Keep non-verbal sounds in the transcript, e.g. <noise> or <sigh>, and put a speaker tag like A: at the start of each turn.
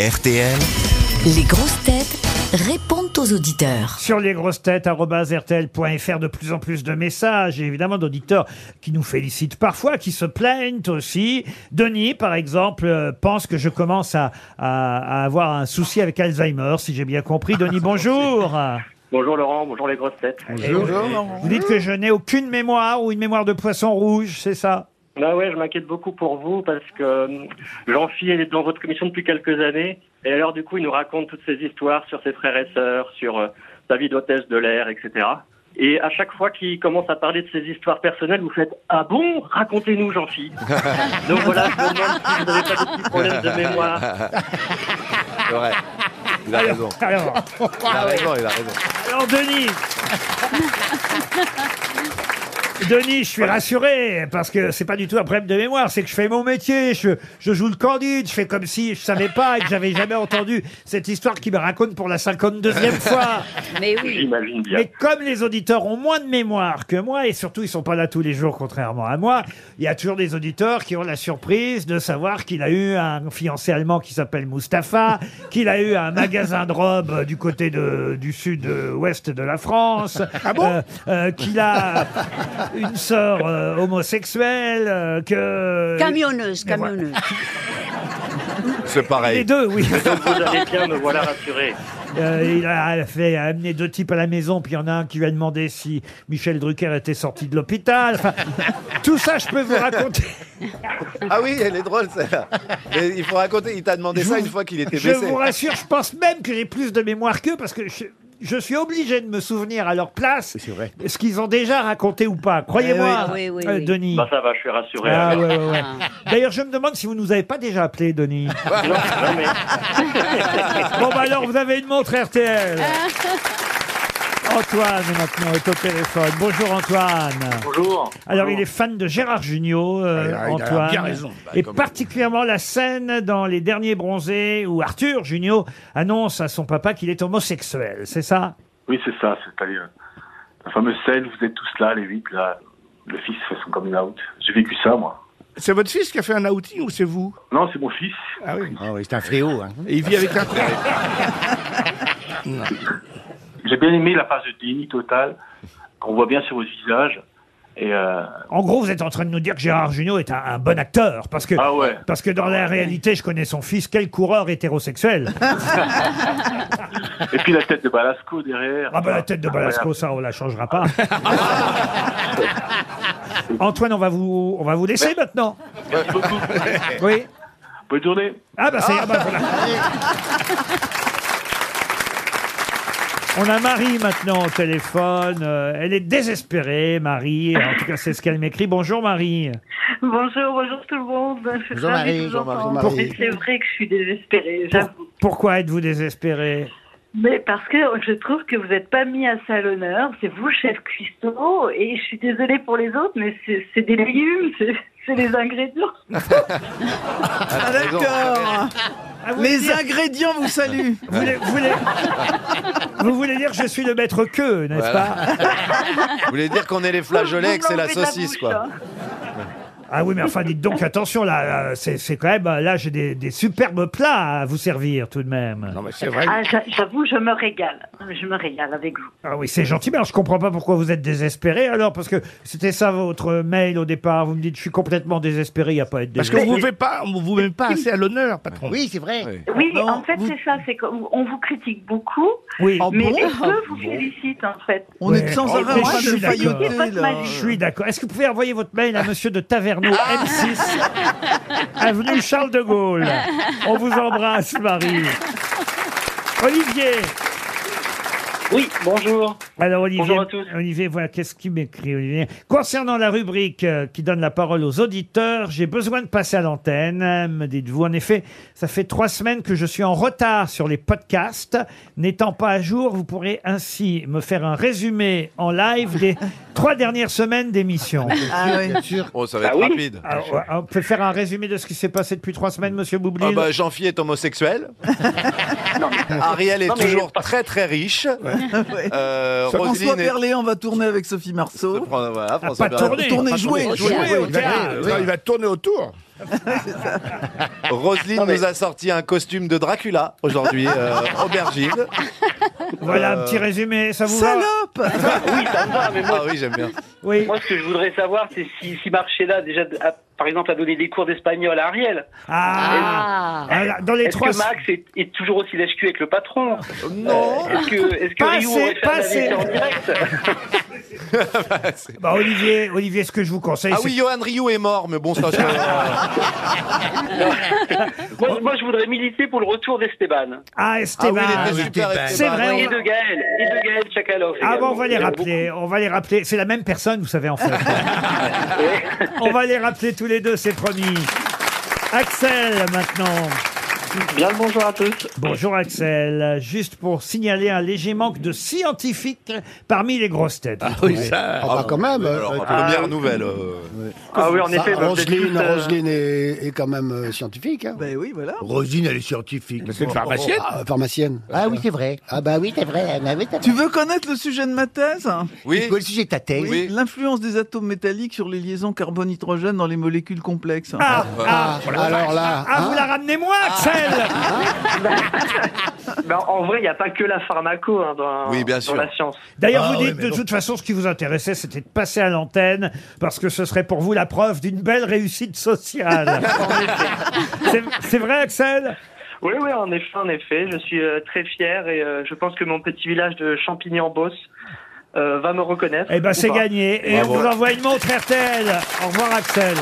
A: RTL.
B: Les grosses têtes répondent aux auditeurs.
C: sur lesgrossetêtes.rtl.fr de plus en plus de messages, et évidemment d'auditeurs qui nous félicitent parfois, qui se plaignent aussi. Denis, par exemple, euh, pense que je commence à, à- à avoir un souci avec Alzheimer, si j'ai bien compris. Denis, bonjour.
D: Bonjour Laurent, bonjour les grosses têtes.
C: Vous dites que je n'ai aucune mémoire ou une mémoire de poisson rouge, c'est ça
D: Bah ouais, je m'inquiète beaucoup pour vous parce que euh, Jean-Phi est dans votre commission depuis quelques années et alors du coup il nous raconte toutes ces histoires sur ses frères et sœurs, sur euh, sa vie d'hôtesse de l'air, etc. Et à chaque fois qu'il commence à parler de ses histoires personnelles, vous faites Ah bon Racontez-nous Jean-Phi Donc voilà, je me demande si vous n'avez pas de petits problèmes de mémoire.
A: C'est vrai. Il a
C: Ah,
A: raison.
C: Alors,
A: Il a raison, il a raison.
C: alors, Denis. Denis, je suis rassuré parce que c'est pas du tout un problème de mémoire, c'est que je fais mon métier, je, je joue le candide, je fais comme si je savais pas et que j'avais jamais entendu cette histoire qui me raconte pour la 52e fois.
E: Mais oui.
D: J'imagine bien.
C: Mais comme les auditeurs ont moins de mémoire que moi, et surtout ils sont pas là tous les jours, contrairement à moi, il y a toujours des auditeurs qui ont la surprise de savoir qu'il a eu un fiancé allemand qui s'appelle Mustapha, <laughs> qu'il a eu un magasin de robes euh, du côté de, du sud-ouest de la France, euh, euh, qu'il a une sœur euh, homosexuelle, euh, que...
E: Camionneuse,
C: Mais voilà.
E: camionneuse.
A: C'est
C: Les
A: pareil.
C: deux, oui.
D: Vous allez bien, me voilà rassuré.
C: Euh, il a fait amener deux types à la maison, puis il y en a un qui lui a demandé si Michel Drucker était sorti de l'hôpital. Enfin, tout ça, je peux vous raconter.
A: Ah oui, elle est drôle celle-là. Mais il faut raconter, il t'a demandé ça une fois qu'il était
C: Je
A: blessé.
C: vous rassure, je pense même que j'ai plus de mémoire qu'eux, parce que je, je suis obligé de me souvenir à leur place
A: C'est vrai.
C: ce qu'ils ont déjà raconté ou pas. Croyez-moi,
E: Eh oui. Oui, oui,
C: euh,
E: oui.
C: Denis.
D: Bah ça va, je suis rassuré.
C: Ah,
D: alors.
C: ouais, ouais, ouais. D'ailleurs, je me demande si vous nous avez pas déjà appelé, Denis.
D: Non, non, mais...
C: Bon, bah alors, vous avez une montre
E: <laughs>
C: RTL. Antoine, maintenant, est au téléphone. Bonjour, Antoine.
D: Bonjour.
C: Alors,
D: Bonjour.
C: il est fan de Gérard Jugnot,
F: Oh.
C: euh,
F: Ah, Il a- il a
C: Antoine.
F: bien raison.
A: Bah,
C: Et
A: comme-
C: particulièrement la scène dans Les Derniers Bronzés où Arthur Jugnot annonce à son papa qu'il est homosexuel, c'est ça
G: Oui, c'est ça, c'est-à-dire la fameuse scène, vous êtes tous là, les huit, là, le fils fait son coming out. J'ai vécu ça, moi.
F: C'est votre fils qui a fait un outing ou c'est vous
G: Non, c'est mon fils.
F: Ah oui.
H: Ah oui, c'est un fléau. Hein.
F: Et il vit avec un
G: <laughs> J'ai bien aimé la phase de déni total qu'on voit bien sur votre visage. Et euh,
C: En gros, vous êtes en train de nous dire que Gérard Jugnot est un, un bon acteur, parce que,
G: Ah ouais.
C: parce que dans la réalité, je connais son fils, quel coureur
G: <laughs>
C: hétérosexuel
G: et puis la tête de Balasco derrière.
C: Ah bah la tête de Balasco, ça, on la changera
G: <laughs>
C: pas. Antoine, on va vous, on va vous laisser maintenant.
G: Merci beaucoup.
C: Oui.
G: Bonne journée.
C: Ah bah c'est... ah bah, voilà. On a Marie maintenant au téléphone. Euh, elle est désespérée, Marie. En tout cas, c'est ce qu'elle m'écrit. Bonjour Marie.
I: <laughs> Bonjour, bonjour tout le monde. Je suis
H: Bonjour
I: ravie
H: Marie,
I: de vous
H: bonjour
I: entendre.
H: Marie.
I: Mais c'est vrai que je suis désespérée, j'avoue.
C: Pourquoi êtes-vous désespérée
I: Mais parce que je trouve que vous n'êtes pas mis à ça à l'honneur. C'est vous, chef cuistot, et je suis désolée pour les autres, mais c'est c'est des légumes, c'est c'est des ingrédients.
A: Ah,
J: D'accord.
C: Ah, vous, voulez
J: Les
C: dire-
J: ingrédients vous saluent.
C: vous, voulez, vous voulez- vous voulez dire que je suis le maître queue, n'est-ce pas
A: Voilà. Vous voulez dire qu'on est les flageolets et que c'est la saucisse,
I: hein.
A: quoi.
C: Ah oui, mais enfin, dites donc attention, là, euh, c'est c'est quand même... euh, Là, j'ai des, des superbes plats à vous servir tout de même.
F: Non mais c'est vrai.
I: Ah, j'a- j'avoue, je me régale. Je me régale avec vous.
C: Ah oui, c'est gentil, mais alors je comprends pas pourquoi vous êtes désespéré alors, parce que c'était ça votre mail au départ. Vous me dites, je suis complètement désespéré, il n'y a pas à être
F: Parce
C: désespéré.
F: qu'on vous met pas, on vous met pas assez à l'honneur, patron.
H: Oui, c'est vrai.
A: Oui.
I: Oui,
J: Non,
I: en fait,
J: vous-
I: c'est ça, c'est qu'on vous critique beaucoup,
C: Oui,
J: Ah
I: mais
J: bon
I: peu vous félicite, en fait.
J: On
C: Ouais.
J: est sans
C: Oh,
J: arrêt
C: mais
J: en train
C: je
J: de
C: suis d'accord.
J: failloter là.
C: je suis d'accord. Est-ce que vous pouvez envoyer votre mail à monsieur de Taverneau, M6, avenue Charles de Gaulle On vous embrasse, Marie. Olivier
D: Oui, bonjour.
C: Alors Olivier,
D: Bonjour à tous.
C: Olivier, voilà qu'est-ce qu'il m'écrit Olivier. Concernant la rubrique euh, qui donne la parole aux auditeurs, j'ai besoin de passer à l'antenne, euh, me dites-vous. En effet, ça fait trois semaines que je suis en retard sur les podcasts. N'étant pas à jour, vous pourrez ainsi me faire un résumé en live <laughs> des trois dernières semaines d'émission.
J: Ah oui.
A: Oh, ça va être
D: Bah oui.
A: rapide.
C: Alors, ouais, on peut faire un résumé de ce qui s'est passé depuis trois semaines, Monsieur Boublil.
A: Ah bah, Jean-Phi est homosexuel. Ariel est
D: Non, mais-
A: toujours très très riche. Euh,
J: François
A: Roselyne est...
J: Berléand on va tourner avec Sophie Marceau.
A: Voilà, François
C: Ah, pas
A: Berléand.
C: tourné.
J: Tourner,
C: pas
J: jouer,
C: tourné.
J: jouer,
C: Jouer au
F: Il va,
C: théâtre.
F: il va tourner autour.
A: <laughs> Roselyne nous a sorti un costume de Dracula aujourd'hui, euh, aubergine.
C: Voilà
A: Euh,
C: un petit résumé, ça vous va
J: Salope
D: Oui, ça me va, mais moi,
A: Ah oui, j'aime bien.
C: Oui.
D: moi, ce que je voudrais savoir, c'est si, si Marcella, déjà, a- par exemple, a donné des cours d'espagnol à Ariel.
C: Ah, Voilà, Dans les
D: Est-ce
C: trois.
D: que Max est, est toujours aussi lèche avec le patron
A: Non
J: Ah,
D: Est-ce que, est-ce que
C: Pas
D: Rio
C: assez,
D: aurait fait
C: pas
D: un
C: assez.
D: AVC en
A: <laughs>
D: direct
C: Bah, Olivier, Olivier, ce que je vous conseille,
A: Ah
C: c'est-
A: oui, Johan Rioux est mort, mais bon, ça, c'est-
D: moi, moi, je voudrais militer pour le retour d'Esteban.
C: Ah,
A: Ah
C: Esteban.
A: oui, il était super.
G: Esteban.
A: Esteban.
C: C'est vrai,
D: Et
C: on-
D: de Gaël. Et de Gaël Chakalov.
C: Ah bon,
D: également.
C: on va les
D: Il y en a
C: rappeler, on va les rappeler. C'est la même personne, vous savez, en
D: <laughs>
C: fait. on va les rappeler tous les deux, c'est promis. Axel, maintenant.
D: beaucoup. Bien le bonjour à tous.
C: Bonjour Axel. Juste pour signaler un léger manque de scientifiques parmi les grosses têtes.
G: Oui, ça.
H: Ah, bah, quand même.
A: Alors,
H: euh,
A: première nouvelle. euh,
K: Ah oui, en
H: ça,
K: effet, bah, vous êtes
H: Roselyne,
K: tous, euh,
H: Roselyne est, est quand même euh, scientifique. Hein.
J: Ben oui, voilà.
G: Rosine, elle est scientifique. C'est une pharmacienne.
H: Ah, pharmacienne. Ah oui, c'est vrai. Ah bah oui, c'est vrai.
J: Tu veux connaître le sujet de ma thèse
A: Oui,
H: le sujet de ta thèse
A: Oui.
J: L'influence des atomes métalliques sur les liaisons carbone-hydrogène dans les molécules complexes.
C: Ah, ah,
H: Alors <laughs> là,
C: ah,
H: hein,
C: vous la ramenez moi, Axel
D: Ben, en vrai, il n'y a pas que la pharmaco hein, dans,
A: Oui, bien
D: dans
A: sûr.
D: la science.
C: D'ailleurs,
G: Ah
C: vous
G: oui,
C: dites
G: mais
C: de
G: bon.
C: toute façon, ce qui vous intéressait, c'était de passer à l'antenne, parce que ce serait pour vous la preuve d'une belle réussite sociale. C'est- C'est vrai, Axel
D: Oui, oui, en effet, en effet. Je suis euh, très fier et euh, je pense que mon petit village de Champigny-en-Beauce euh, va me reconnaître.
C: Eh ben,
D: Ou
C: c'est
D: pas.
C: gagné. Et on
A: Bravo.
C: vous envoie une montre RTL. Au revoir, Axel.